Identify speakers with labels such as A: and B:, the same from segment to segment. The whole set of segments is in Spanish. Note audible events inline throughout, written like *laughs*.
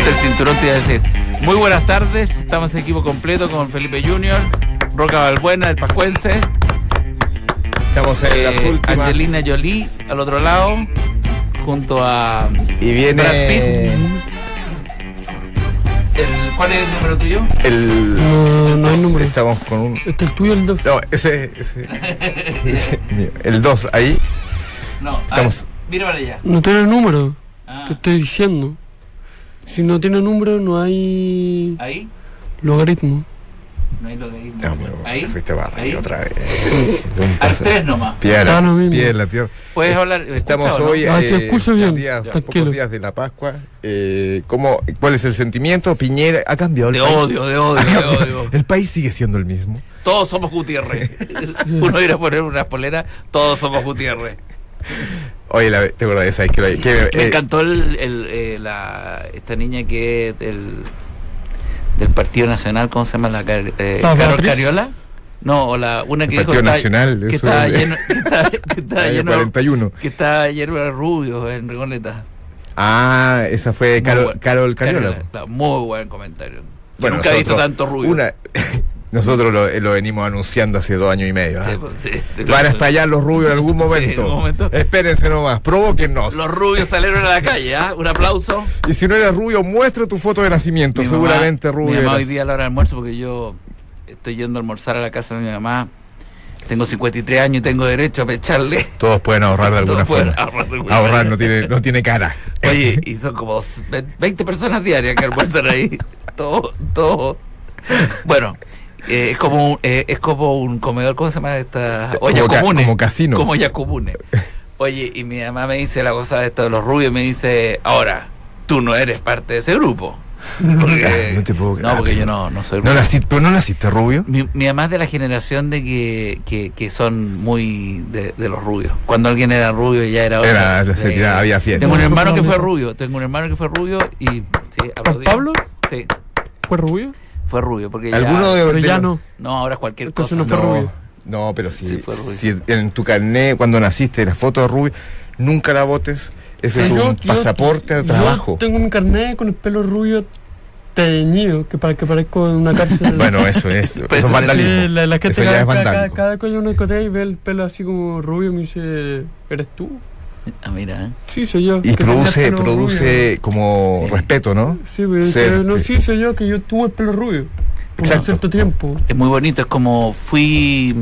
A: te iba a decir. Muy buenas tardes, estamos en equipo completo con Felipe Junior, Roca Balbuena, el Pascuense,
B: Estamos en las
A: eh,
B: últimas.
A: Angelina Jolie al otro lado, junto a
B: Y
A: Brad Pitt.
B: viene
A: El- ¿Cuál es el número tuyo?
B: el.
C: No, no hay número.
B: Estamos con un.
C: Este es el tuyo, el 2.
B: No, ese. ese, ese mío. el 2 ahí.
A: No, a
B: Estamos-
A: ver, mira para allá.
C: No tiene número,
A: Ah,
C: te estoy diciendo. Si no tiene número, no hay
A: ahí,
C: logaritmo.
A: no hay logaritmo.
B: No, me-
A: ahí,
B: te fuiste para arriba
A: ahí. *laughs*
B: otra vez. Un
A: Hay
B: paso.
A: tres nomás.
B: Piedra,
C: Da lo mismo.
B: piedra, tío.
A: Puedes hablar. ¿escucha
B: Estamos
A: o no?
B: hoy eh,
C: Ah, sí, escucho
B: los
C: bien,
B: días- los
C: tranquilo.
B: pocos días de la Pascua. Eh, ¿cómo, ¿Cuál es el sentimiento? Piñera ha cambiado el
A: De
B: país.
A: odio, de odio, de
B: *laughs*
A: odio.
B: El país sigue siendo el mismo.
A: Todos somos Gutiérrez.
B: *laughs*
A: Uno irá a poner una polera, todos somos Gutiérrez.
B: Oye, la, ¿te acordás de esa vez que lo que,
A: Me
B: eh,
A: encantó el, el, eh, la, esta niña que es del, del Partido Nacional, ¿cómo se llama? La, Car- eh,
C: La
A: Carol
C: Beatriz.
A: Cariola. No, o la, una
B: El
A: que dijo
B: Partido
A: que estaba-
B: Nacional,
A: que
B: eso
A: estaba
B: es de-
A: lleno, que estaba, que estaba
B: *laughs* año
A: lleno-
B: 41.
A: que estaba lleno de rubios en Recoleta.
B: Ah, esa fue
A: Muy
B: Carol,
A: buena.
B: Carol Cariola.
A: Claro, Muy buen comentario.
B: Bueno,
A: Nunca he visto
B: nosotros
A: tanto rubio.
B: una- *laughs* nosotros lo, eh, lo venimos anunciando hace dos años y medio. ¿ah?
A: Sí, pues, sí, sí,
B: Van a
A: claro.
B: estallar los rubios en
A: *laughs*
B: algún
A: Sí, en
B: momento.
A: algún momento.
B: Espérense nomás, provóquennos.
A: Los rubios salieron a la calle, ¿ah? Un aplauso.
B: Y si no eres rubio, muestra tu foto de nacimiento.
A: Mi mamá-
B: Seguramente rubio.
A: Mi mamá hoy
B: eras.
A: día a la hora del almuerzo, porque yo estoy yendo a almorzar a la casa de mi mamá. Tengo 53 años y tengo derecho a pecharle.
B: Todos pueden
A: *laughs*
B: ahorrar de alguna
A: Todos pueden
B: forma.
A: ahorrar de alguna
B: Ahorrar no
A: manera.
B: tiene, no tiene cara.
A: *laughs*
B: *laughs*
A: Oye, y son como dos- ve- 20 personas diarias que almuerzan ahí. Todo, todo. Bueno, eh, es como un, eh, es como un comedor, ¿cómo se llama esta? Olla
B: Como ca-
A: comune.
B: como casino.
A: Como olla comune. Oye, y mi mamá me dice la cosa de esto de los rubios, me dice, ahora, tú no eres parte de ese grupo. Porque-
B: No te puedo creer.
A: No, porque yo no, no soy
B: ¿No naciste, ¿Pero no naciste rubio?
A: Mi, mi mamá es de la generación de que, que, que son muy de, de los rubios. Cuando alguien era rubio ya era otro.
B: Era- se
A: De-
B: tiraba- había fiesta.
A: Tengo un hermano que fue
C: Totalmente.
A: rubio, tengo un hermano que fue rubio y sí, aplaudí.
C: Pablo?
A: Sí,
C: ¿Fue rubio?
A: fue rubio porque ya-
B: ¿Alguno de,
C: Pero
B: de
C: ya
B: los-
C: no.
A: no, ahora es cualquier
C: Entonces
A: cosa.
C: no fue
B: no,
C: rubio.
B: No, pero si,
A: Sí, fue rubio.
B: si en tu carnet, cuando naciste, la foto de rubio, nunca la votes. Ese es
C: Yo-
B: un
C: yo-
B: pasaporte a
C: yo
B: trabajo.
C: tengo mi carnet con el pelo rubio teñido, que para que parezco en una cárcel.
B: *laughs* Bueno, eso es, eso
A: Pues,
B: es
A: sí,
C: Sí,
B: vandalismo.
C: eh, la, la gente
B: Eso ya
C: cada,
B: es
C: cada, cada,
B: vandálico.
C: coño en una discoteca y ve el pelo así como rubio y me dice, ¿eres tú?
A: Ah, mira. ¿eh?
C: Sí, soy yo.
B: Y
C: que tenía
B: produce,
C: pelo
B: produce como
A: Sí.
B: respeto, ¿no?
C: rubio". Sí, pero
B: ser-
C: pero no, sí, soy yo, que yo tuve el pelo rubio. Por
B: Exacto.
C: un cierto tiempo.
A: Es muy bonito, es como fui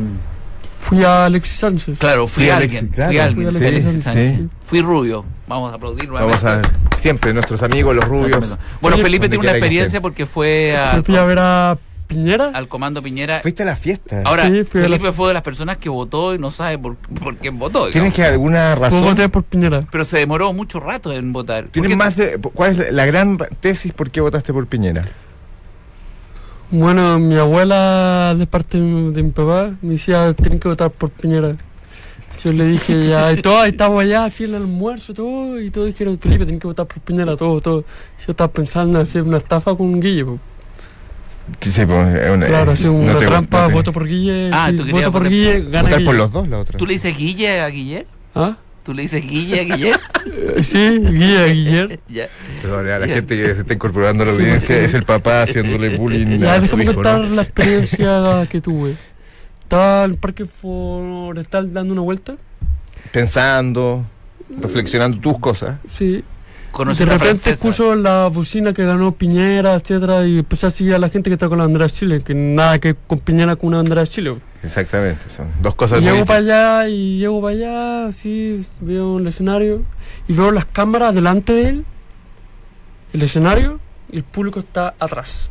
C: Fui a Alexis Sánchez.
A: claro, fui,
B: Sí, Alexis,
A: alguien,
B: claro,
A: fui alguien,
C: fui
A: fui
C: Alexis
A: Alexis
B: Sánchez,
A: Sánchez. Fui rubio. Vamos a aplaudir nuevamente.
B: Vamos a siempre nuestros amigos, los rubios.
A: Bueno,
C: Oye,
A: Felipe tiene
B: donde
A: una
B: quiera que
A: experiencia
B: esté.
A: porque fue a-
C: Yo fui a ver a Piñera.
A: al comando Piñera
B: Eh, Fuiste a la fiesta.
A: Ahora,
C: Sí, fui a la-
A: Felipe fue de las personas que votó y no sabe por, por quién votó.
B: ¿Tienes
A: digamos.
B: que alguna
C: Puedo
B: razón?
C: votar por Piñera.
A: Pero se demoró mucho rato en votar.
B: ¿Tienes
A: Porque-
B: más de, ¿Cuál es la- la gran tesis por qué votaste por Piñera?
C: Bueno, mi abuela, de parte de mi, de mi papá, me decía, tienen que votar por Piñera. Yo le dije, ya, y todo, ahí estaba allá, así el almuerzo, todo, y todos dijeron, Felipe, tienen que votar por Piñera, todo, todo. Yo estaba pensando en hacer una estafa con Guille, po.
B: Sí, sí, pues, es una-
C: claro, hacer
B: Eh, no
C: una
B: te-
C: trampa,
B: no te-
C: voto por Guille,
A: Ah,
C: sí,
A: tú querías
C: voto por
A: votar
C: Guille,
A: por-
C: gana
B: Votar
C: Guille.
B: por los dos la otra.
A: ¿Tú le dices Guille a Guille?
C: ¿Ah?
A: ¿Tú le dices Guille a
B: *laughs*
A: Guille?
C: Eh, Sí, Guille, Guille.
A: Ya.
B: Pero ahora la
A: Ya.
B: gente que se está incorporando a la
C: Sí,
B: audiencia
C: porque-
B: es el papá
A: *laughs*
B: haciéndole bullying
C: Ya,
B: a su
C: déjame
B: hijo,
C: contar
B: ¿no?
C: la experiencia que tuve. Estaba en el parque forestal dando una vuelta,
B: Pensando, reflexionando tus cosas.
C: sí,
A: Conocí
C: de
A: una
C: repente
A: francesa.
C: escucho la bocina que ganó Piñera, etcétera, y empecé a seguir a la gente que está con la bandera de Chile, que nada que con Piñera con una bandera de Chile.
B: Exactamente, son dos
C: Y
B: cosas muy
C: llego para
B: distintas.
C: allá, y llego para allá, así, veo el escenario, y veo las cámaras delante de él, el escenario, y el público está atrás.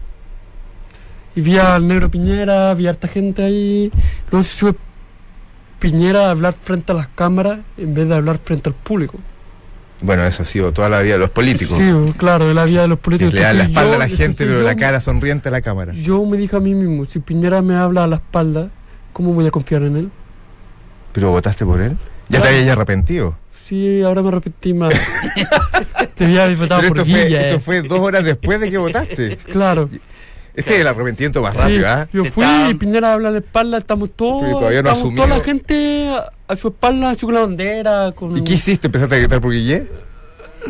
C: Y vi al negro Piñera, vi a harta gente ahí, luego se sube Piñera a hablar frente a las cámaras en vez de hablar frente al público.
B: Bueno, eso ha sido toda la vida de los políticos.
C: Sí, pues, claro, de la vida de los
B: Que
C: políticos.
B: le dan la
C: Entonces,
B: espalda
C: yo-
B: a la gente,
C: entonces
B: pero
C: yo
B: la
C: me-
B: cara sonriente a la cámara.
C: Yo me dije a mí mismo, si Piñera me habla a la espalda, ¿cómo voy a confiar en él?
B: ¿Pero votaste por él? Ya te
C: Claro.
B: habías arrepentido.
C: Sí, ahora me
B: *laughs*
C: repetí más. Te había votado
B: Pero esto
C: por
B: fue,
C: Guilla,
B: esto
C: eh.
B: fue dos horas después de que
C: *laughs*
B: votaste.
C: Claro.
B: Este es el arrepentimiento más
C: Sí,
B: rápido, ¿ah?
C: Yo
A: Te
C: fui y
A: estaban-
C: Piñera habla a la espalda, estamos todos,
B: Pero todavía no ha
C: estamos toda la
B: asumido.
C: gente a, a su espalda, así con la bandera, con...
B: ¿Y qué hiciste? ¿Empezaste a gritar por Guille?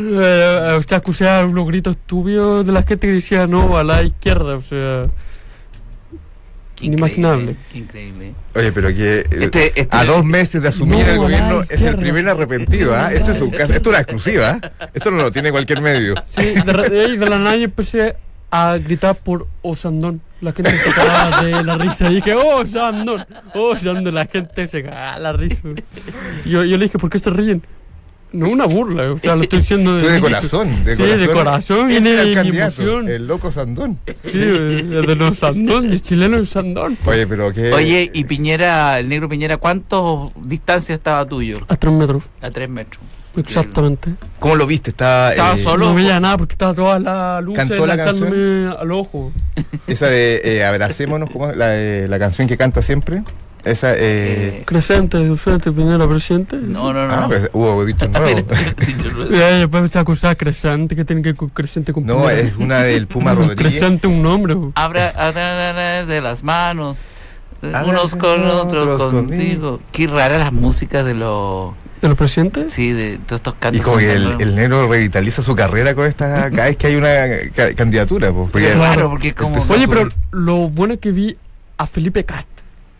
C: Eh, o sea, escuchaba unos gritos estúpidos de la gente que decía no a la izquierda, o sea.
A: Qué
C: Inimaginable.
A: increíble, qué increíble.
B: Oye, pero que eh,
A: Este- este-
B: a dos meses de asumir
C: No,
B: el
C: a la
B: gobierno es el
C: izquierda.
B: primer arrepentido, ¿ah? Esto es un caso, esto es una exclusiva, ¿ah? esto no lo tiene cualquier medio.
C: Sí, de, re- y de la nada yo empecé a gritar por Osandón. La gente se cagaba de la risa. Y dije, ¡Oh, Osandón! ¡Oh, Osandón! La gente se cagaba de la risa. Y Yo, yo le dije, ¿por qué se ríen? No una burla, o sea, lo estoy diciendo
B: Tú de
C: dicho.
B: corazón, de
C: Sí,
B: corazón.
C: de corazón
B: Ese
C: viene
B: era el
C: mi
B: candidato,
C: emoción.
B: el loco Sandón.
C: Sí, de, de los Osandón, de chileno Osandón.
B: Oye, pero que
A: Oye,
B: eh,
A: y Piñera, el negro Piñera, ¿cuántos distancia estaba tuyo?
C: A tres metros,
A: A tres metros.
C: exactamente.
B: ¿cómo lo viste? Estaba,
A: Estaba
B: eh,
A: solo.
C: No veía nada porque estaba toda la luz
B: ¿Cantó la
C: lanzándome al ojo.
B: Esa de eh, Abracémonos, ¿cómo es? la, de- la canción que canta siempre. Esa, eh,
A: Eh,
C: Crescente, Crescente, Piñera, presidente.
A: no, no, no.
B: ah,
A: *laughs*
B: pues, hubo bebitos nuevos.
C: Y ahí después me estaba acusada Crescente, que tiene que con Crescente con
B: No, eh.
C: Piñera.
B: es una del Puma Rodríguez.
C: Crescente un nombre. bo.
A: Abra, abra- de las manos.
B: Abra-
A: Unos con otros
B: otros
A: contigo. Qué rara las músicas de los.
C: ¿De los presidentes?
A: Sí, de todos estos
B: Y
A: cantos.
B: como que el,
A: son-
B: el negro revitaliza su carrera con esta cada vez que hay una ca- candidatura. Pues, porque-
A: Es raro porque es como.
B: Empezó-
C: Oye, pero lo bueno es que vi a Felipe Cast.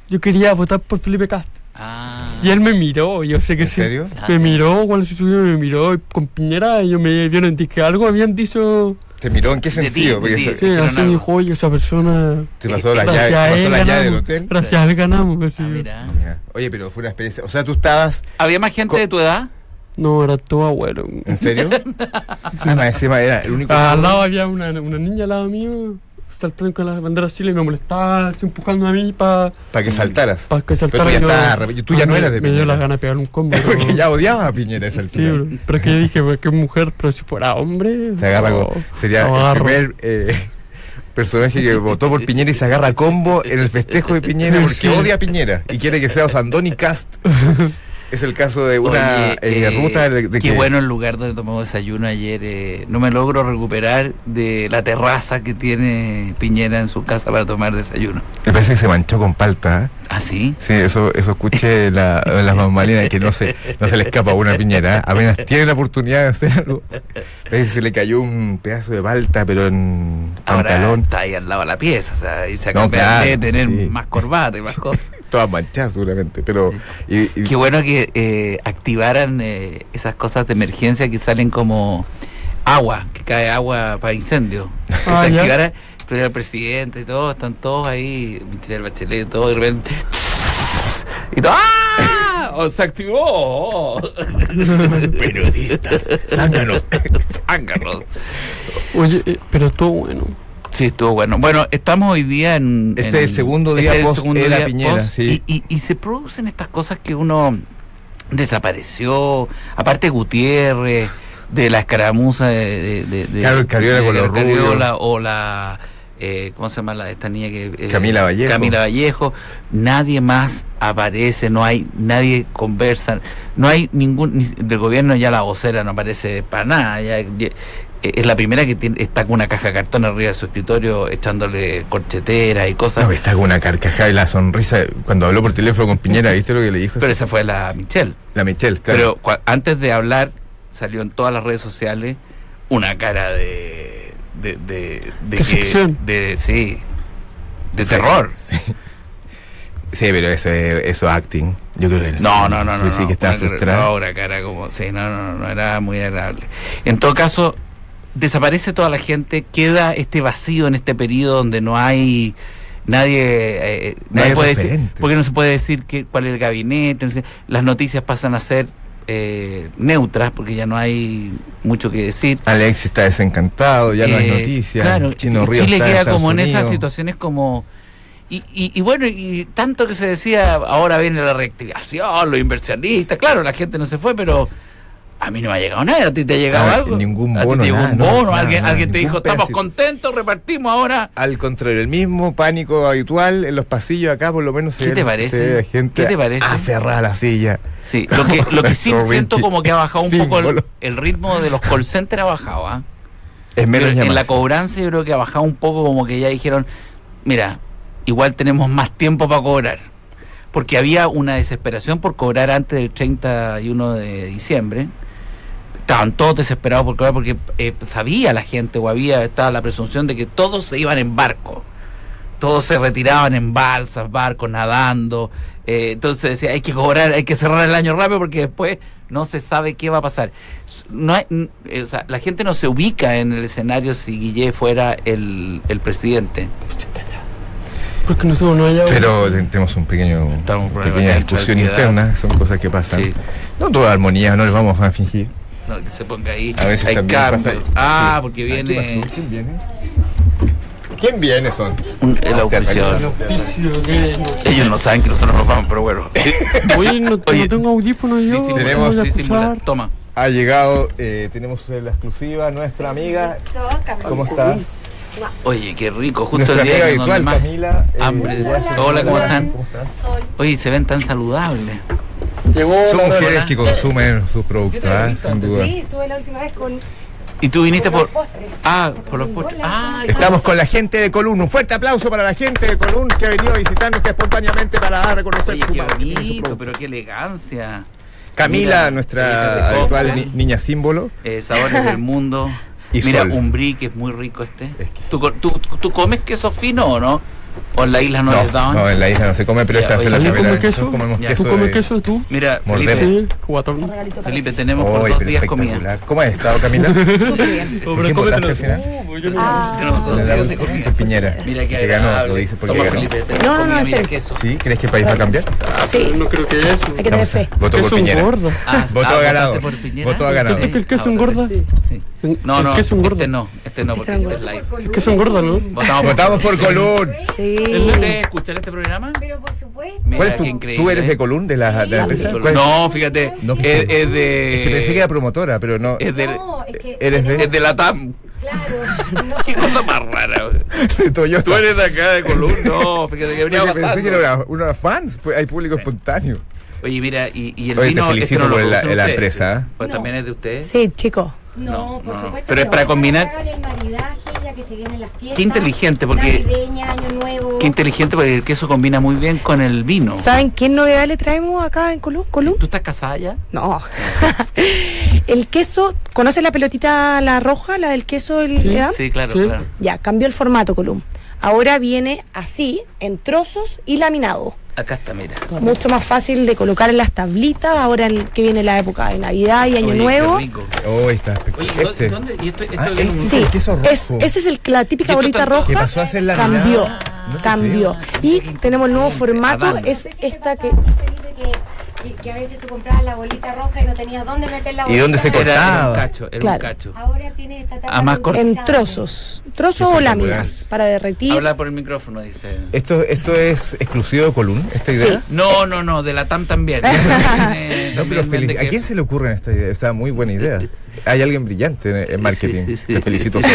C: Yo quería votar por Felipe Cast.
A: Ah.
C: Y él me miró, yo sé que
B: ¿En
C: sí.
B: serio?
A: Ah,
C: Me
A: sí.
C: miró, cuando se subió me miró y con Piñera ellos me vieron dije algo habían dicho
B: ¿Te miró en qué
A: De ti,
B: sentido? Porque
A: de ti.
B: se-
C: sí,
A: dijeron
C: así
A: algo.
C: dijo oye esa persona
B: te pasó la
C: gracias
B: llave,
C: a
B: pasó
C: él
B: la llave del
C: ganamos,
B: hotel.
C: gracias a él ganamos pues,
A: Ah,
C: sí.
A: mira.
B: Mira, Oye, pero fue una experiencia. O sea, tú estabas,
A: ¿Había más gente
B: Co-
A: de tu edad?
C: no era todo abuelo
B: ¿en serio? Ah, más encima era el único.
C: al lado había una, una niña al lado mío saltando con las banderas chile y me molestaba así, empujando a mí para
B: Para que
C: *laughs*
B: saltaras. *laughs*
C: Para que
B: Pero tú
C: saltara
B: ya,
C: yo.
B: estabas- tú ya
C: Ah,
B: no
C: me-
B: eras de
C: Me dio
B: Piñera.
C: las ganas de pegar
B: *laughs*
C: un combo. pero-
B: Porque ya odiabas a Piñera esa
C: Sí,
B: altura.
C: bro, pero que dije, pues, que mujer, pero si fuera hombre.
B: Se agarra
C: no,
B: con- Sería
C: no
B: el
C: agarro.
B: primer eh, personaje que votó por Piñera y se agarra a combo en el festejo de Piñera porque odia a Piñera y quiere que sea Osandón y Cast. Es el caso de una
A: Oye,
B: eh,
A: eh,
B: ruta de, de
A: qué
B: que.
A: bueno el lugar donde tomamos desayuno ayer. eh, no me logro recuperar de la terraza que tiene Piñera en su casa para tomar desayuno.
B: Me parece que se manchó con palta. ¿eh?
A: ¿Ah, sí?
B: Sí, eso, eso escuché la, las mamalinas que no se, no se le escapa a una piñera. ¿eh? Apenas tiene la oportunidad de hacer algo. Parece que se le cayó un pedazo de balta, pero en
A: Ahora
B: pantalón.
A: está ahí al lado de la pieza, o sea, irse a
B: No,
A: cambiar,
B: claro,
A: debe tener
B: sí.
A: más corbata y más cosas.
B: Todas manchadas seguramente, pero... Y, y-
A: Qué bueno que eh, activaran eh, esas cosas de emergencia que salen como agua, que cae agua para incendio. Que se
C: Ah, ya.
A: activara, tú eres el presidente y todo, están todos ahí, Michelle Bachelet y todo, y de repente. *laughs* Y todo, ¡ah! ¡Oh, se activó! *laughs*
B: Periodistas, zánganos.
A: Ánganos.
C: Oye, eh, pero estuvo bueno.
A: Sí, estuvo bueno. Bueno, estamos hoy día en.
B: Este
A: en-
B: es el segundo día
A: es el
B: post era
A: día
B: Piñera, sí.
A: Y, y- y se producen estas cosas que uno desapareció, aparte Gutiérrez, de la escaramuza de. de, de- de-
B: Claro, el Cariola
A: de-
B: con
A: de
B: los rubios.
A: Cariola O la. eh, ¿Cómo se llama la, esta niña que. eh,
B: Camila Vallejo.
A: Camila Vallejo. Nadie más aparece, no hay. Nadie conversa. No hay ningún. ni- del gobierno ya la vocera no aparece para nada. ya- ya- eh, es la primera que tiene- está con una caja de cartón arriba de su escritorio echándole corcheteras y cosas.
B: No, está con una carcajada y la sonrisa cuando habló por teléfono con Piñera, ¿viste lo que le dijo?
A: pero esa fue la Michelle.
B: la Michelle, claro.
A: Pero cua- antes de hablar, salió en todas las redes sociales una cara de. de. de. de,
C: De sección.
A: de- sí. de terror.
B: sí, pero eso es eso es acting. Yo creo que... él-
A: No, no, no, no.
B: Sí, pues sí,
A: no.
B: que estaba
A: Una cara-
B: frustrado.
A: no, una cara como. Sí, no, no, no, no, era muy agradable. En todo caso, desaparece toda la gente, queda este vacío en este periodo donde no hay. Nadie, eh,
B: No hay
A: nadie puede decir,
B: referentes.
A: porque no se puede decir que, cuál es el gabinete, no sé, las noticias pasan a ser eh, neutras porque ya no hay mucho que decir.
B: Alexis está desencantado, ya no
A: Eh,
B: hay noticias.
A: Claro,
B: Chino
A: y
B: Ríos
A: Chile
B: está
A: queda
B: Estados
A: como en esas
B: Unidos.
A: situaciones como... Y, y, y bueno, y tanto que se decía, ahora viene la reactivación, los inversionistas, claro, la gente no se fue, pero a mí no me ha llegado nada, a ti te ha llegado
B: Nada,
A: algo.
B: ningún
A: A ti
B: bono,
A: te llegó
B: nada,
A: un
B: no,
A: bono,
B: nada,
A: alguien,
B: nada,
A: alguien te
B: ningún
A: dijo, estamos
B: pedacito".
A: contentos, repartimos ahora.
B: Al contrario, el mismo pánico habitual en los pasillos acá, por lo menos se
A: ¿Qué
B: ve-
A: te
B: se
A: parece?
B: ve gente
A: ¿Qué te parece?
B: aferrada a la silla.
A: Sí, lo que, lo
B: *laughs*
A: que sí
B: Como
A: siento
B: Vinci.
A: como que ha
B: *laughs*
A: bajado un poco el,
B: Símbolo.
A: el llamo de los call centers ha bajado, ¿ah?
B: Es menos
A: Pero en la
B: llamadas.
A: cobranza yo creo que ha bajado un poco como que ya dijeron, mira, igual tenemos más tiempo para cobrar. Porque había una desesperación por cobrar antes del 31 de diciembre. estaban todos desesperados por cobrar porque eh, sabía la gente o había estaba la presunción de que todos se iban en barco. Todos se retiraban en balsas, barcos, nadando. Eh, entonces decía, hay que cobrar, hay que cerrar el año rápido porque después no se sabe qué va a pasar. No hay- n- eh, o sea, la gente no se ubica en el escenario si Guillé fuera el, el presidente.
C: Porque no estuvo no allá.
B: Pero ten- tenemos un pequeño,
A: Estamos por ahí,
B: pequeña
A: la
B: discusión
A: neutralidad.
B: interna, son cosas que pasan.
A: Sí.
B: No toda armonía, no les vamos a fingir.
A: No, que se ponga ahí.
B: A veces
A: Hay
B: también
A: cambio.
B: pasa-
A: Ah,
B: sí.
A: porque
B: Ah, ¿qué
A: viene
B: pasó? ¿Quién viene? ¿Quién viene son?
A: un- el
B: Ah,
A: auspiciador.
C: Vicio, que no.
A: Ellos no saben que nosotros nos vamos, pero
B: *laughs*
A: bueno.
C: Oye, no, no
A: Oye,
C: tengo audífonos yo.
A: Disimula,
B: tenemos-
C: no voy a
A: disimula.
C: escuchar.
A: Toma.
B: Ha llegado, eh, tenemos la exclusiva, nuestra amiga. ¿Cómo estás?
A: Oye, qué rico. Justo
B: Nuestra
A: el día
B: amiga
A: en donde
B: virtual,
A: más-
B: Camila. eh,
A: hambre.
B: ya se-
A: Hola, ¿cómo están?
B: ¿Cómo estás?
A: Oye, se ven tan saludables.
C: Llegó
B: Son
C: la-
B: mujeres
A: ¿verdad?
B: que consumen sus productos,
A: había
B: ¿ah?
A: visto
B: sin
A: antes,
B: duda.
D: Sí, estuve la última vez con.
A: ¿Y tú viniste
D: con
A: por...?
D: los postres.
A: Ah, por los postres.
D: Hola.
A: Ah,
B: Estamos con la gente de Column. Un fuerte aplauso para la gente de Column que ha venido a visitarnos espontáneamente para dar a reconocer
A: oye,
B: su
A: qué
B: marketing y su
A: bonito,
B: producto.
A: pero qué elegancia.
B: Camila,
A: Mira,
B: nuestra
A: eh, de coca,
B: habitual ni- niña símbolo.
A: eh, sabores
D: *laughs*
A: del mundo.
B: Y
A: Mira,
B: sol.
A: un brie que es muy rico este.
B: Exquisito.
A: ¿Tú, co- tú, tú comes queso fino o no? ¿O en la isla no,
B: No,
A: les daban?
B: no, eh, en la isla no se come, pero
A: Ya,
B: esta es
A: oye,
B: la
A: ¿tú
B: primera
C: comes
B: vez.
C: queso?
B: Nosotros comemos
A: Ya.
C: ¿Tú
B: queso
C: comes
B: de-
C: queso tú?
A: Mira,
B: Mordemos.
A: Felipe,
C: Sí, juguatón.
D: Un regalito para
A: Felipe,
D: ti.
A: tenemos por
B: Oy,
A: dos
B: pero
A: días comida.
B: espectacular. ¿Cómo has estado, Camila?
D: Súper bien.
B: ¿Por quién votaste al final?
D: Ah.
A: Tenemos dos
B: Le
A: días
B: damos
A: de comida.
B: a Piñera.
A: Mira qué
B: que ganó,
A: agradable.
B: lo dice porque
A: Toma,
B: ganó.
A: Felipe, tenemos
D: No, no, no,
A: comida,
D: en
A: mira,
D: serio.
A: queso.
B: ¿Sí? ¿Crees que el país va a cambiar?
D: Sí,
C: No creo que eso.
D: hay que tener fe.
B: Votó por
C: Queso
B: Piñera.
C: engorda.
A: Ah,
B: Voto
A: ah,
B: ha ganado.
A: ¿votaste por Piñera?
B: Voto ha ganado.
C: ¿Sientes que el queso
A: Ah,
C: engorda?
A: Sí.
C: El-
A: No,
C: el
A: no,
C: queso engorda.
A: este no, este no, porque
D: Este no
A: este es live.
C: El queso engorda, ¿no?
A: Votamos,
B: Votamos por Colún.
D: Sí.
A: ¿Ustedes escuchar este programa?
E: Pero por supuesto.
A: Mira,
B: ¿Cuál es
A: qué
B: tu,
A: increíble.
B: ¿Tú eres de Colún, de la, de la empresa? ¿Cuál es-
A: No, fíjate,
B: No,
A: es,
B: pues,
A: es de...
B: Es que pensé que era promotora, pero no.
A: es de,
E: No, es que.
B: ¿Eres de?
A: es de la TAM. *laughs*
E: Claro. No.
A: Qué cosa más rara. güey.
B: de Toyota.
A: Tú eres de acá de Colón. No, fíjate que venía
B: Porque pensé que
A: pasando.
B: era una, una fans, pues, hay público espontáneo.
A: Oye, mira, y, y el
B: Oye, te
A: vino...
B: felicito
A: este no lo
B: por la-
A: producen
B: la
A: ustedes.
B: empresa, ¿eh?
A: Pues también es de ustedes.
D: Sí, chico.
A: No,
E: No, por
A: no,
E: supuesto.
A: pero es
E: que
A: para
E: no,
A: combinar-
E: para el maridaje, ya que se vienen las fiestas.
A: Qué inteligente, porque-
E: Navideña, Año Nuevo.
A: Qué inteligente porque el queso combina muy bien con el vino.
D: ¿Saben qué novedad le traemos acá en Colum? Colum?
A: ¿Tú estás casada ya?
D: No. *laughs* el queso, ¿conoce la pelotita la roja, la del queso? El,
C: Sí.
D: ¿ya?
A: Sí, claro,
C: Sí.
A: claro.
D: Ya, cambió el formato Colum. Ahora viene así, en trozos y laminado.
A: Acá está, mira.
D: Mucho más fácil de colocar en las tablitas, ahora en- que viene la época de Navidad y Año
A: Oye, qué
D: Nuevo.
A: rico.
B: Oh, está
A: Oye,
B: espectacular.
A: ¿y
B: Este.
A: ¿dónde? ¿Y esto, esto
B: Ah,
A: es
B: este.
A: un-
D: Sí,
B: El queso rojo.
D: es- esa es el- la
A: ¿Y
D: típica
A: esto
D: bolita
A: tampoco?
D: roja.
B: Que pasó a ser la
D: cambió,
B: No te
D: cambió.
A: creo.
D: Y tenemos el nuevo formato,
A: Adán.
E: No
D: es
E: sé si te
D: esta que...
E: pasaba a ti, Felipe, que, que, que a veces tú comprabas la bolita roja y no tenías dónde meter la
B: ¿Y
E: bolita.
B: dónde se
A: Era, era un
B: cortaba?
A: cacho, era un
D: Claro.
A: cacho.
E: Ahora tiene esta tapa.
A: Ah, más corto.
E: reutilizable.
D: En trozos, trozos o
B: Espectacular.
D: láminas para derretir.
A: Habla por el micrófono, dice.
B: Esto, esto es exclusivo de Colún, esta idea.
A: No, no, no, de la TAM
D: *laughs*
A: también.
B: No, pero felici- ¿a quién se le ocurre esta idea? Está muy buena idea. Hay alguien brillante en- en marketing. Te felicito. Sol.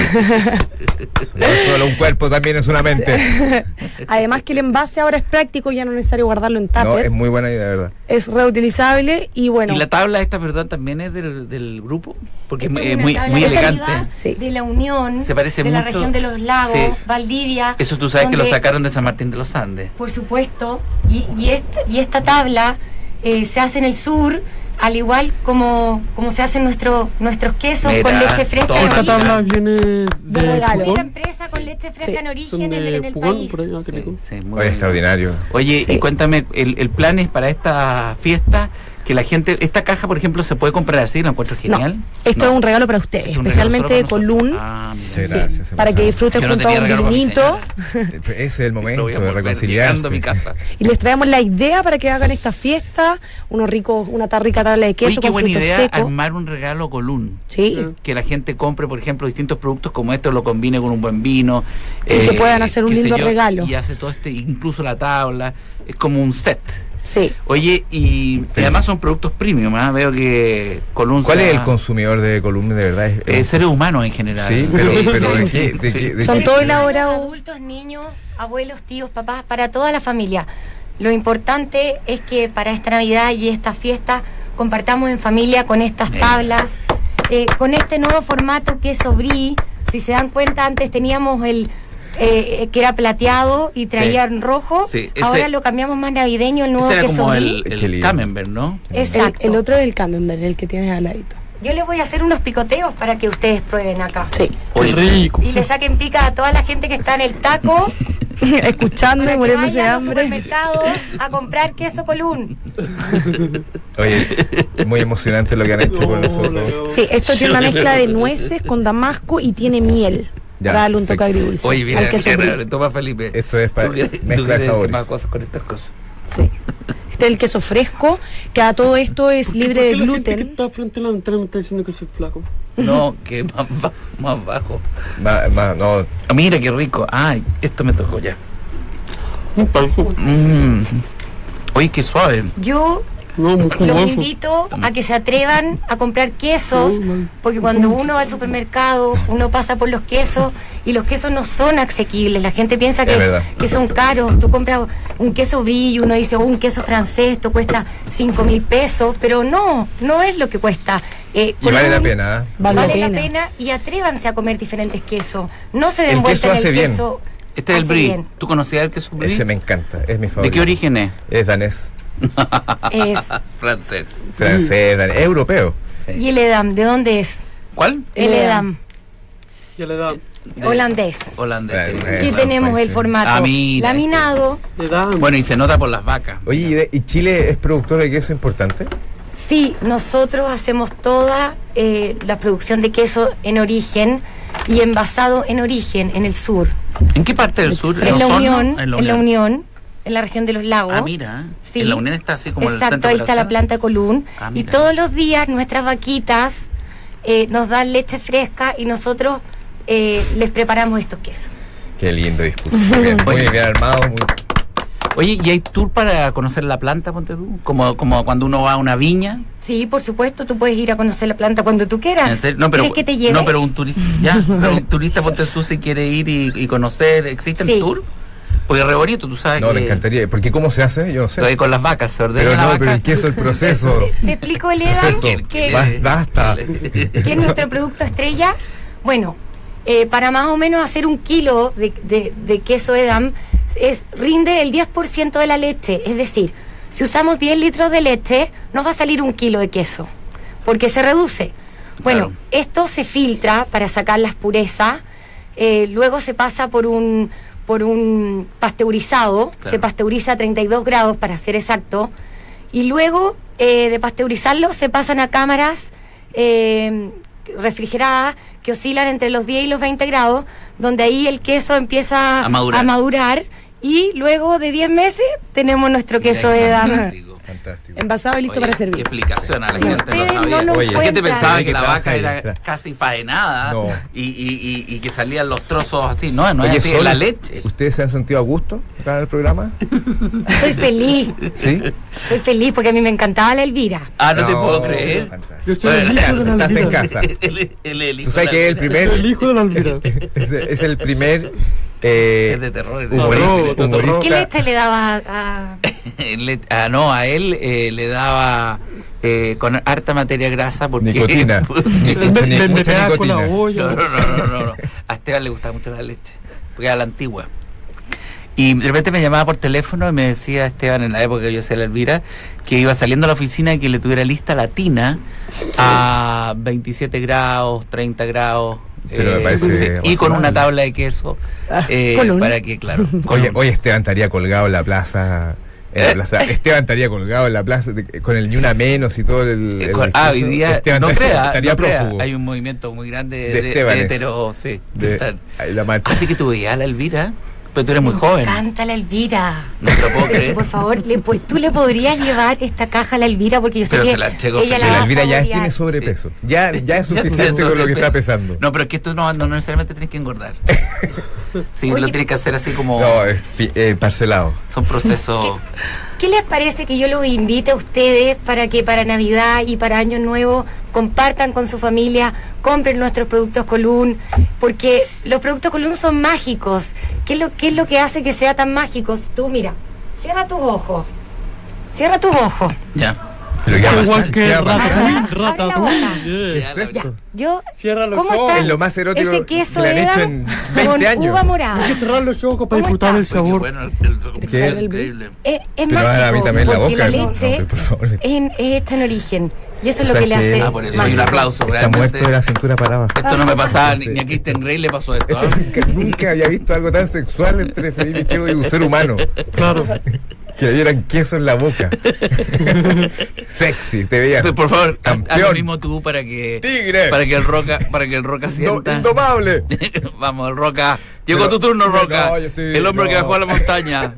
B: No es solo un cuerpo, también es una mente.
D: Además que el envase ahora es práctico, ya no es necesario guardarlo en
B: No,
D: tupper.
B: es
D: es...
B: muy buena idea, de verdad.
D: reutilizable y bueno,
A: Y la tabla esta, ¿verdad? También es del, del grupo, porque es
E: Esta
A: muy,
E: es una
A: muy,
E: tabla
A: muy
E: de
A: elegante.
E: Rivas,
D: Sí.
E: De la Unión.
A: Se parece
E: de
A: mucho-
E: la región de los lagos,
A: Sí.
E: Valdivia.
A: Eso tú sabes que lo
E: donde-
A: sacaron de San Martín de los Andes.
E: Por supuesto, y, y, esta, y esta tabla eh, se hace en el sur, al igual como, como se hacen nuestro, nuestros quesos
A: Mira,
E: con leche fresca.
A: toma.
E: en
C: Esa
A: Bonita.
E: origen.
C: tabla viene
D: De
C: de
D: regalo.
E: Esta
C: Pucón.
E: empresa con leche fresca
D: Sí.
E: en origen
C: Son
E: en el, en
C: de
E: el
C: Pucón,
E: país.
C: por ahí, ah, qué rico.
A: Sí, sí, muy
B: Oye,
A: bien.
B: extraordinario.
A: Oye, y
D: Sí.
A: cuéntame, el, el plan es para esta fiesta que la gente, esta caja, por ejemplo, se puede comprar así, la encuentro
D: no,
A: genial.
D: esto
A: No,
D: es un regalo para ustedes,
A: es un
D: especialmente de
A: regalo solo para
D: Colún,
A: nosotros. Ah, mira.
B: Sí, Gracias, se
D: para que
B: pasaron.
D: disfruten
A: Yo no
D: junto a
A: tenía
D: un
A: regalo para mi
D: vinito.
A: señora.
B: Ese es el
A: Lo
B: momento
A: voy a
B: de
A: volver
B: reconciliarse.
A: llegando a mi casa.
D: Y les traemos la idea para que hagan esta fiesta, unos ricos, una ta- rica tabla de
A: Oye,
D: queso
A: qué
D: con
A: buena
D: frutos
A: idea
D: secos.
A: armar un regalo Colún.
D: Sí.
C: Mm.
A: que la gente compre, por ejemplo, distintos productos como esto, lo combine con un buen vino. eh,
D: Y que puedan hacer un
A: qué sé
D: lindo regalo.
A: Y hace todo este, incluso la tabla, es como un set.
D: Sí.
A: Oye, y, y además son productos premium, ¿ah? veo que Column
B: ¿Cuál es el
A: consumo?
B: consumidor de Column de verdad? Es- es-
A: seres humanos en general.
B: Sí, pero, pero ¿de
A: sí,
B: qué? de
A: sí.
B: qué- de
D: Son
B: qué-
D: todos elaborados.
E: Adultos, niños, abuelos, tíos, papás, para toda la familia. Lo importante es que para esta Navidad y esta fiesta compartamos en familia con estas
A: Venga.
E: tablas, eh, con este nuevo formato que es Sobrí. Si se dan cuenta, antes teníamos el eh, eh, que era plateado y traía en rojo.
A: Sí, ese-
E: Ahora lo cambiamos más navideño, el nuevo
A: Ese era
E: que
A: como
E: Sobrí.
A: el,
B: Qué
A: el
B: lindo.
A: Camembert, ¿no?
D: El,
E: Exacto.
D: el otro es el camembert, el que tienes al ladito.
E: Yo les voy a hacer unos picoteos para que ustedes prueben acá.
A: *laughs*
D: Sí.
A: Oye,
C: rico.
E: Y le saquen pica a toda la gente que está en el
D: *laughs*
E: taco.
D: Escuchando
E: Para
D: y
E: que
D: muriéndose de
E: vayan a los
D: hambre.
E: supermercados a comprar queso colún.
B: Oye, muy emocionante lo que han hecho con nosotros.
D: Sí, esto tiene una mezcla de nueces con damasco y tiene miel.
B: Ya,
D: para darle un toque
B: perfecto.
D: agridulce.
A: Oye, mira,
D: al queso
A: cierra,
D: brie.
A: toma Felipe.
B: Esto es para
A: Tú quieres- tú
B: mezcla de
A: quieres
B: sabores.
A: más cosas con estas cosas.
D: Sí. Este es el queso fresco, que a todo esto es libre
C: ¿Por qué
D: de
C: la gente que
D: gluten.
C: está frente a la ventana me está diciendo que soy flaco?
A: No, que más, *laughs* ba- más bajo.
B: Ma- ma- no,
A: Ah, Mira qué rico. Ay, esto me tocó ya.
C: Un palco.
A: Mm. Oye, qué suave.
E: Yo
C: No, muy
E: los
C: jugoso.
E: invito a que se atrevan a comprar quesos, porque cuando uno va al supermercado, uno pasa por los quesos y los quesos no son asequibles. La gente piensa
B: Es
E: que,
B: verdad.
E: que son caros. Tú compras un queso brillo, uno dice, "Oh, un queso francés, esto cuesta 5 mil pesos, pero no, no es lo que cuesta. Eh,
B: y vale la
E: Colón-
B: pena. ¿eh?
D: Vale,
E: Vale la
D: la pena.
E: pena y atrévanse a comer diferentes quesos. No se den
B: El
E: vuelta
B: queso hace
E: en el
B: bien.
E: queso.
A: Este es el
E: Hace
A: brie.
E: bien.
A: ¿Tú conocías el queso brie?
B: Ese me encanta, es mi
A: ¿De
B: favorito.
A: qué origen es? *laughs*
B: Es danés,
E: Es.
A: Francés.
B: francés, danés, es europeo.
E: ¿Y el Edam? ¿De dónde es?
A: ¿Cuál?
E: El Edam,
C: Ya le da.
A: De-
E: Eh, holandés.
A: Holandés.
B: Bueno,
E: Aquí
B: Eh,
E: tenemos
B: pues,
E: el
B: sí.
E: formato
A: Ah, mira,
E: laminado.
C: Le da.
A: Bueno, y se nota por las vacas.
B: Oye, ¿y, de- y Chile es productor de queso importante?
E: Sí, nosotros hacemos toda eh, la producción de queso en origen y envasado en origen, en el sur.
A: ¿En qué parte del sur?
E: en, la
A: Osorno?
E: Unión, en la Unión, en la región de los lagos.
A: Ah, mira.
E: Sí.
A: En la Unión está así como en el
E: Exacto,
A: centro
E: ahí
A: de
E: está la
A: ciudad.
E: planta Colún.
A: Ah,
E: y
A: mira.
E: todos los días nuestras vaquitas eh, nos dan leche fresca y nosotros eh, les preparamos estos quesos.
B: Qué lindo discurso. Muy bien, muy
A: Oye.
B: bien armado. muy-
A: Oye, ¿y hay tour para conocer la planta, ponte tú? Como, como cuando uno va a una viña.
E: Sí, por supuesto, tú puedes ir a conocer la planta cuando tú quieras.
A: En serio, No, pero,
E: ¿Quieres que te lleve?
A: No, pero un turista, ya, pero un turista, ponte tú, si quiere ir y, y conocer, ¿existen
E: Sí.
A: tour? Porque es re bonito, tú sabes
B: No,
A: que...
B: me encantaría. Porque ¿cómo se hace? Yo no
A: Lo de
B: sé.
A: con las vacas, se ordena
B: Pero
A: la
B: no,
A: vaca.
B: pero el queso,
A: *laughs*
B: el proceso.
E: Te explico, el Edam,
B: Proceso.
E: que,
B: Ba- Basta.
E: que es nuestro producto estrella. Bueno, eh, para más o menos hacer un kilo de, de- de queso Edam es, rinde el 10% de la leche. Es decir, si usamos 10 litros de leche, nos va a salir un kilo de queso, porque se reduce. Bueno,
A: Claro.
E: esto se filtra para sacar las purezas, eh, luego se pasa por un, por un pasteurizado,
A: Claro.
E: se pasteuriza a 32 grados para ser exacto, y luego eh, de pasteurizarlo se pasan a cámaras eh, refrigeradas que oscilan entre los 10 y los 20 grados, donde ahí el queso empieza
A: A madurar.
E: madurar, y luego de 10 meses tenemos nuestro *laughs* queso de
A: *laughs*
E: dama.
B: Fantástico.
D: Envasado y listo
A: Oye,
D: para
A: Qué
D: servir.
A: explicación a la
E: Si
A: gente.
E: ustedes no
A: sabía.
E: lo
B: Oye,
A: la gente
E: encuentran-
A: pensaba que
B: Hay
A: la
B: que
A: vaca
B: trabajar ahí,
A: era
B: tra-
A: casi faenada
B: No.
A: y, y, y, y que salían los trozos así. No, no es
B: Oye,
A: así,
B: Sol,
A: es la leche.
B: ¿Ustedes se han sentido a gusto acá en el programa?
E: Estoy feliz,
B: ¿Sí?
E: estoy feliz porque a mí me encantaba la Elvira.
A: *laughs* Ah, no, te puedo creer.
B: fantástico.
C: Yo soy el
A: Bueno,
C: hijo de la
B: estás en
C: Elvira.
B: casa.
A: *laughs* Él- él eligió
B: Tú sabes
A: la
B: que es el
A: leche.
C: El
A: *laughs*
B: primer. *laughs*
C: hijo de la
B: eh,
C: Elvira.
B: Es, es el primer. eh,
A: Es de terror. el-
B: humori-
A: *laughs*
C: Totorro, totorro.
B: humorista.
E: ¿Qué leche le daba a, a-
A: Le- ah, no, a él eh, le daba eh, con harta materia grasa porque... *laughs*
B: Nicotina.
C: Me, me, me
B: eh, Mucha
C: pegaba con la
B: nicotina.
A: no, no,
C: olla.
A: no, no, no, no. A Esteban le gustaba mucho la leche, porque era la antigua. Y de repente me llamaba por teléfono y me decía Esteban, en la época que yo hacía la Elvira, que iba saliendo a la oficina y que le tuviera lista la tina a 27 grados, 30 grados. eh,
B: Pero me parece
A: y con
B: razonable.
A: una tabla de queso
E: Ah,
A: eh,
D: con una.
A: para que
E: *laughs*
A: claro con
B: Oye,
A: una.
B: hoy Esteban estaría colgado en la plaza. En
A: Eh.
B: la plaza. Esteban estaría colgado en la plaza de- con el ni una menos y todo el.
A: Eh,
B: el
A: con- ah, hoy
B: discurso.
A: día
B: Esteban
A: no
B: estaría-
A: crea,
B: estaría
A: no crea,
B: prófugo.
A: hay un movimiento muy grande de,
B: De
A: de- de
B: Estebanes.
A: hetero, sí.
B: de, ay, la marcha.
A: *laughs* Así que tú veías a la Elvira, pero tú eres muy
E: Me
A: joven.
E: encanta la Elvira.
A: No te lo puedo
E: Pero,
B: *laughs*
A: creer.
E: por favor, le- pues, tú le podrías llevar esta caja a la Elvira porque yo sé
A: Pero
E: que
A: se la entrego
E: ella
A: feliz.
E: la
A: Pero
E: va
B: la
E: a
B: Elvira ya
E: saborear.
B: tiene sobrepeso. Ya, ya
A: *laughs*
B: es suficiente con lo que está pesando.
A: No, pero es que esto no, no necesariamente tienes que
B: *laughs*
A: engordar. Sí,
E: Oye.
A: lo tienes que hacer así como.
B: No, es fi- eh, parcelado.
A: Son
B: *laughs*
A: procesos.
E: ¿Qué les parece que yo los invite a ustedes para que para Navidad y para Año Nuevo compartan con su familia, compren nuestros productos Colún? Porque los productos Colún son mágicos. ¿Qué es lo, qué es lo que hace que sea tan mágicos? Tú, mira, cierra tus ojos. Cierra tus ojos.
A: Ya.
B: Pero ¿qué va a pasar?
C: Igual
B: ¿Qué
C: que
B: va a pasar?
C: Ratatouille.
E: Abre
C: Ratatouille.
E: la
A: Ya,
C: yeah.
A: la-
B: esto?
E: Yo
C: Cierra los
E: ¿Cómo
C: ojos.
E: está?
B: Es lo más erótico
E: Ese queso
B: que le han
E: era
B: hecho en 20
E: con
B: años.
E: uva morada.
C: Hay que cerrar los ojos para
E: ¿Cómo
C: disfrutar
E: está?
C: el sabor.
A: Bueno, el- el-
B: ¿Qué?
A: increíble.
E: Eh, Es, es
B: Pero
E: mágico,
B: ahora a mí también la
E: porque
B: boca.
E: la
B: No,
E: leche
B: no, por favor.
E: en- es hecha en origen. Y eso es
B: O sea
E: lo que
B: que-
E: le hace.
B: Sí.
A: Ah, por eso
E: mágico.
A: hay un aplauso.
B: Está muerto
A: Realmente,
B: de la cintura para abajo.
A: *laughs* esto no me pasaba, ni,
B: Sí.
A: ni a Christian Grey le pasó esto. ¿ah?
B: Nunca- Nunca había visto algo tan sexual entre Felipe Izquierdo y un ser humano.
C: Claro.
B: Que le dieran queso en la
A: *laughs*
B: boca. Sexy, te veía.
A: Pero, Por favor, haz- haz lo
B: Campeón.
A: mismo tú para que
B: Tigre.
A: para que el Roca, para que el Roca
B: No,
A: sienta.
B: indomable.
A: *laughs* Vamos, el Roca. Llegó
B: Pero-
A: tu turno,
B: pero
A: Roca.
B: no, yo estoy-
A: el hombre que
B: no.
A: bajó a la montaña.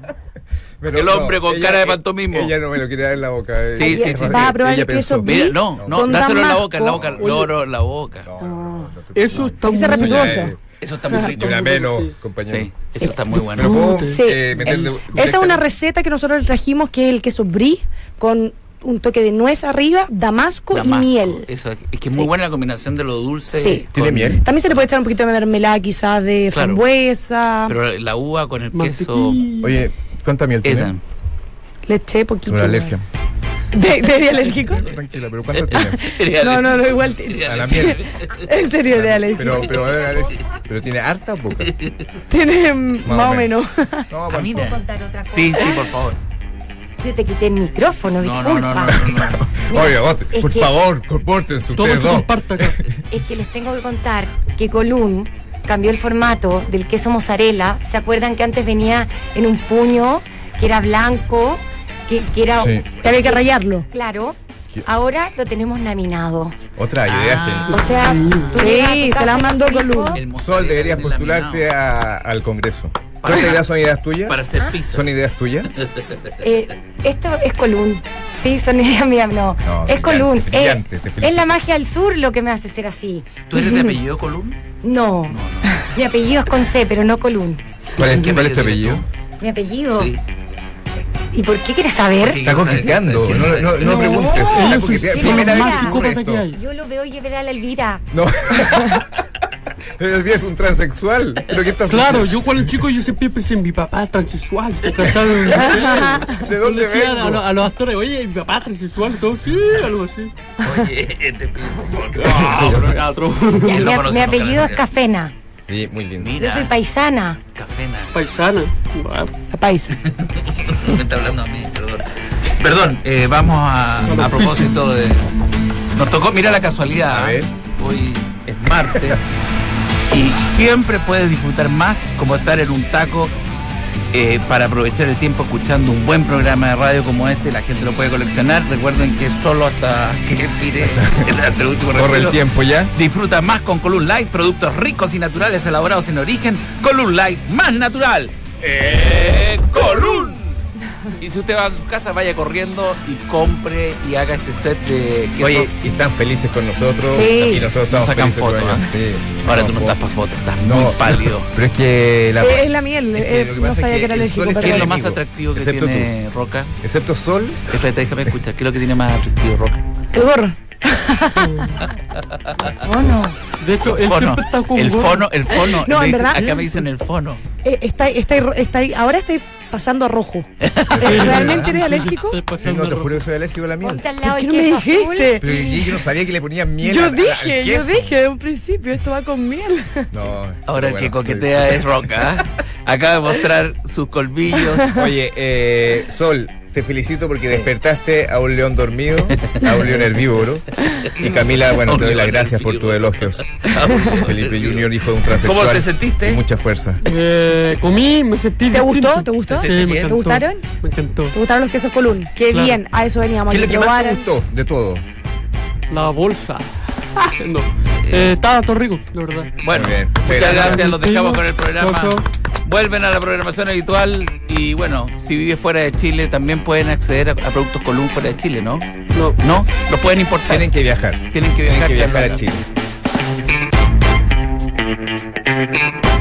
B: Pero
A: El hombre con cara de pantomimo.
B: Ella no me lo quiere dar en la boca. eh.
A: Sí, sí, sí,
B: Ella
A: sí.
B: pensó-
D: Va a probar
B: ella
D: el queso
B: pensó-
A: Mira, no, no,
D: Con
A: dáselo en la boca, en la boca.
D: Damasco.
A: No, no, en la boca.
B: No, no, no, no te-
C: Eso
B: no,
C: está muy
D: Ese
B: eso ya
D: respetuoso.
B: es-
A: Eso está muy rico.
B: Ni una menos,
C: Sí.
B: compañero.
A: Sí, eso está muy
B: ¿Me lo
A: bueno.
B: puedo
D: Sí.
B: eh, meter
D: El-
B: de-
D: esa es una
B: directamente?
D: receta que nosotros trajimos, que es el queso brie con un toque de nuez arriba, damasco,
A: Damasco,
D: y miel.
A: Eso, es que es muy
D: Sí.
A: buena la combinación de lo dulce.
D: Sí.
A: con-
B: ¿Tiene miel?
D: También se le puede echar un poquito de mermelada, quizás de
A: Claro.
D: frambuesa.
A: Pero la uva con el queso.
C: Mantequilla.
B: Oye, ¿cuánta miel tiene?
A: Edan.
D: Le eché poquito.
B: Tengo una alergia.
D: ¿De, de-
A: *laughs*
D: de alérgico?
B: Tranquila, pero ¿cuánta tiene?
D: No, no, no, igual. te-
B: A la miel.
D: *laughs* En serio, de alérgico.
B: Pero, pero, a ver, alergia. pero tiene harta o
A: *laughs*
B: poca.
D: Tiene mm,
B: Más o
D: más, o menos.
B: No,
A: Ah,
B: pa-
A: mira.
E: ¿Puedo contar otra cosa?
A: Sí, sí, por favor.
E: Yo te quité el micrófono,
A: No,
E: disculpa.
A: no, no, no, no, no.
B: Oye, bote,
E: Es
B: por
E: que-
B: favor, compórtense
C: Todo
B: ustedes
C: se
B: dos. *laughs*
C: comparte acá.
E: Es que les tengo que contar que Colún cambió el formato del queso mozzarella. ¿Se acuerdan que antes venía en un puño, que era blanco, que, que era...
B: Sí.
D: Que había que rayarlo.
E: Claro.
B: ¿Qué?
E: Ahora lo tenemos laminado.
B: Otra
A: Ah.
B: idea,
E: O sea, tú
D: Sí,
E: llegas a tu
D: se
E: casa
D: la
E: con
D: mandó
E: tu hijo,
D: Colún.
A: El
B: gente.
A: mozzarella
B: Sol, deberías
A: es laminado
B: postularte a- al Congreso.
A: Para-
B: ¿Cuántas ideas son ideas tuyas?
A: Para hacer pizza. *laughs*
B: ¿Son ideas tuyas?
E: eh, esto es Colún. Sí, son ideas mías, no.
B: No, brillante,
E: es Colún. eh,
B: brillante, te felicito.
E: es la magia del sur lo que me hace ser así.
A: ¿Tú eres de apellido Column?
E: No.
A: No, no.
E: Mi apellido es con C, pero no Colún.
B: ¿Cuál es,
A: ¿Qué
B: cuál es tu
A: apellido
B: apellido?
E: Mi apellido.
A: Sí.
E: ¿Y por qué quieres saber?
A: Porque
B: Está
A: quiero saber,
B: coqueteando.
A: quiero
B: No,
A: saber,
B: no,
A: quiero
B: no
E: No.
B: preguntes. Está
C: Ellos
B: coqueteando.
E: son
B: Primera
E: los
B: vez
E: más
B: que ocurre
C: psicópatas
B: esto.
C: que hay.
E: Yo lo veo llevar a la Elvira.
B: No. *laughs* Pero el día es un transexual. ¿Pero qué estás
C: Claro,
B: diciendo?
C: yo cuando chico yo siempre pensé en mi papá transexual, se casaba de
B: ¿De dónde
C: Le decían
B: vengo?
C: A, los- a los actores, oye, mi papá transexual, todo, sí, algo así.
A: *laughs* Oye, te pido por
B: *laughs*
A: favor.
C: Ah, pero teatro.
E: Ya,
A: Yo
E: mi,
A: no
E: mi
A: conozco a
E: apellido es
A: Macarena.
E: Cafena.
B: Sí, muy lindo.
E: Yo
A: Mira,
E: soy paisana.
A: cafena.
C: Paisana. Ah,
D: La paisa.
A: *laughs* Me está hablando a mí, perdón. Perdón, eh, vamos a, a propósito de. Nos tocó, mira la casualidad.
B: A
A: ¿eh?
B: ver.
A: Hoy es martes. y siempre puedes disfrutar más como estar en un taco. eh, para aprovechar el tiempo escuchando un buen programa de radio como este, la gente lo puede coleccionar. Recuerden que solo hasta que
B: *laughs*
A: tire el, hasta el último
B: Corre el
A: respiro.
B: tiempo ya.
A: Disfruta más con Column Light, productos ricos y naturales elaborados en origen. Column Light, más natural. ¡Eh, Column! Y si usted va a su casa, vaya corriendo y compre y haga este set de queso.
B: Oye, y están felices con nosotros.
D: Sí.
B: Y nosotros
A: Nos
B: estamos
A: sacan
B: felices
A: fotos.
B: con ellos.
A: ¿ah?
B: Sí.
A: Ahora
B: No,
A: tú no
B: fotos.
A: estás para fotos, estás
B: No.
A: muy
B: *laughs*
A: pálido.
B: Pero es que la.
D: Eh, es la miel,
B: Es que
D: eh,
B: lo que
D: no
B: pasa es
D: sabía
B: que
D: que era
B: el
D: alérgico.
B: sol es
A: ¿Qué es
D: pero
A: lo
B: enemigo.
A: más atractivo que
B: Excepto
A: tiene Roca?
B: Excepto Sol.
A: Espérate, déjame escuchar. ¿Qué es lo que tiene más atractivo Roca?
D: El *laughs* gorro.
E: ¿O no?
C: De hecho, él
A: Fono.
C: siempre está con
A: El
C: gorro.
A: fono, el fono.
D: No,
A: Me dicen-
D: en verdad-
A: Acá me dicen el fono.
D: Eh, está, está, está, ahora estoy pasando a
B: *laughs*
D: rojo. ¿Eh, ¿Realmente eres alérgico?
C: Está
A: Pues
B: Sí,
C: pasando
B: no, te
C: rojo.
B: juro que soy alérgico a la miel.
E: Ponte al lado
D: ¿Por
E: el
D: qué no me
E: queso azul.
D: dijiste?
B: Pero y yo no sabía que le ponía miel.
D: Yo
B: al- al
D: dije, yo
B: queso.
D: dije de un principio, esto va con miel.
B: No.
A: Ahora el
B: bueno,
A: que coquetea es Roca. ¿ah? Acaba de mostrar sus colmillos.
B: Oye, eh, Sol, te felicito porque despertaste a un león dormido, a un león herbívoro. Y Camila, bueno, te doy las gracias por tus elogios. *laughs* Felipe Junior, hijo de un transexual.
A: ¿Cómo te sentiste?
B: Con mucha fuerza.
C: Eh, comí, me sentí
D: ¿Te gustó?
C: distinto.
D: ¿Te gustó?
C: Sí,
A: ¿Te
C: me encantó.
D: gustaron?
C: Me encantó.
D: ¿Te gustaron los quesos Colún? Qué
C: Claro.
D: bien, a eso veníamos.
B: ¿Qué es lo que más te
D: probaran.
B: gustó de todo?
C: La
D: *laughs*
C: bolsa. no. Eh, estaba todo rico, la verdad.
A: Bueno,
B: Muy bien.
A: muchas
B: Gracias.
A: gracias, los dejamos con el programa.
C: Chao, chao.
A: Vuelven a la programación habitual y bueno, si vives fuera de Chile también pueden acceder a, a productos Column fuera de Chile, ¿no?
C: No.
A: ¿No? Los pueden importar.
B: Tienen que viajar.
A: Tienen que viajar,
B: Tienen que viajar
A: Carlota.
B: a Chile.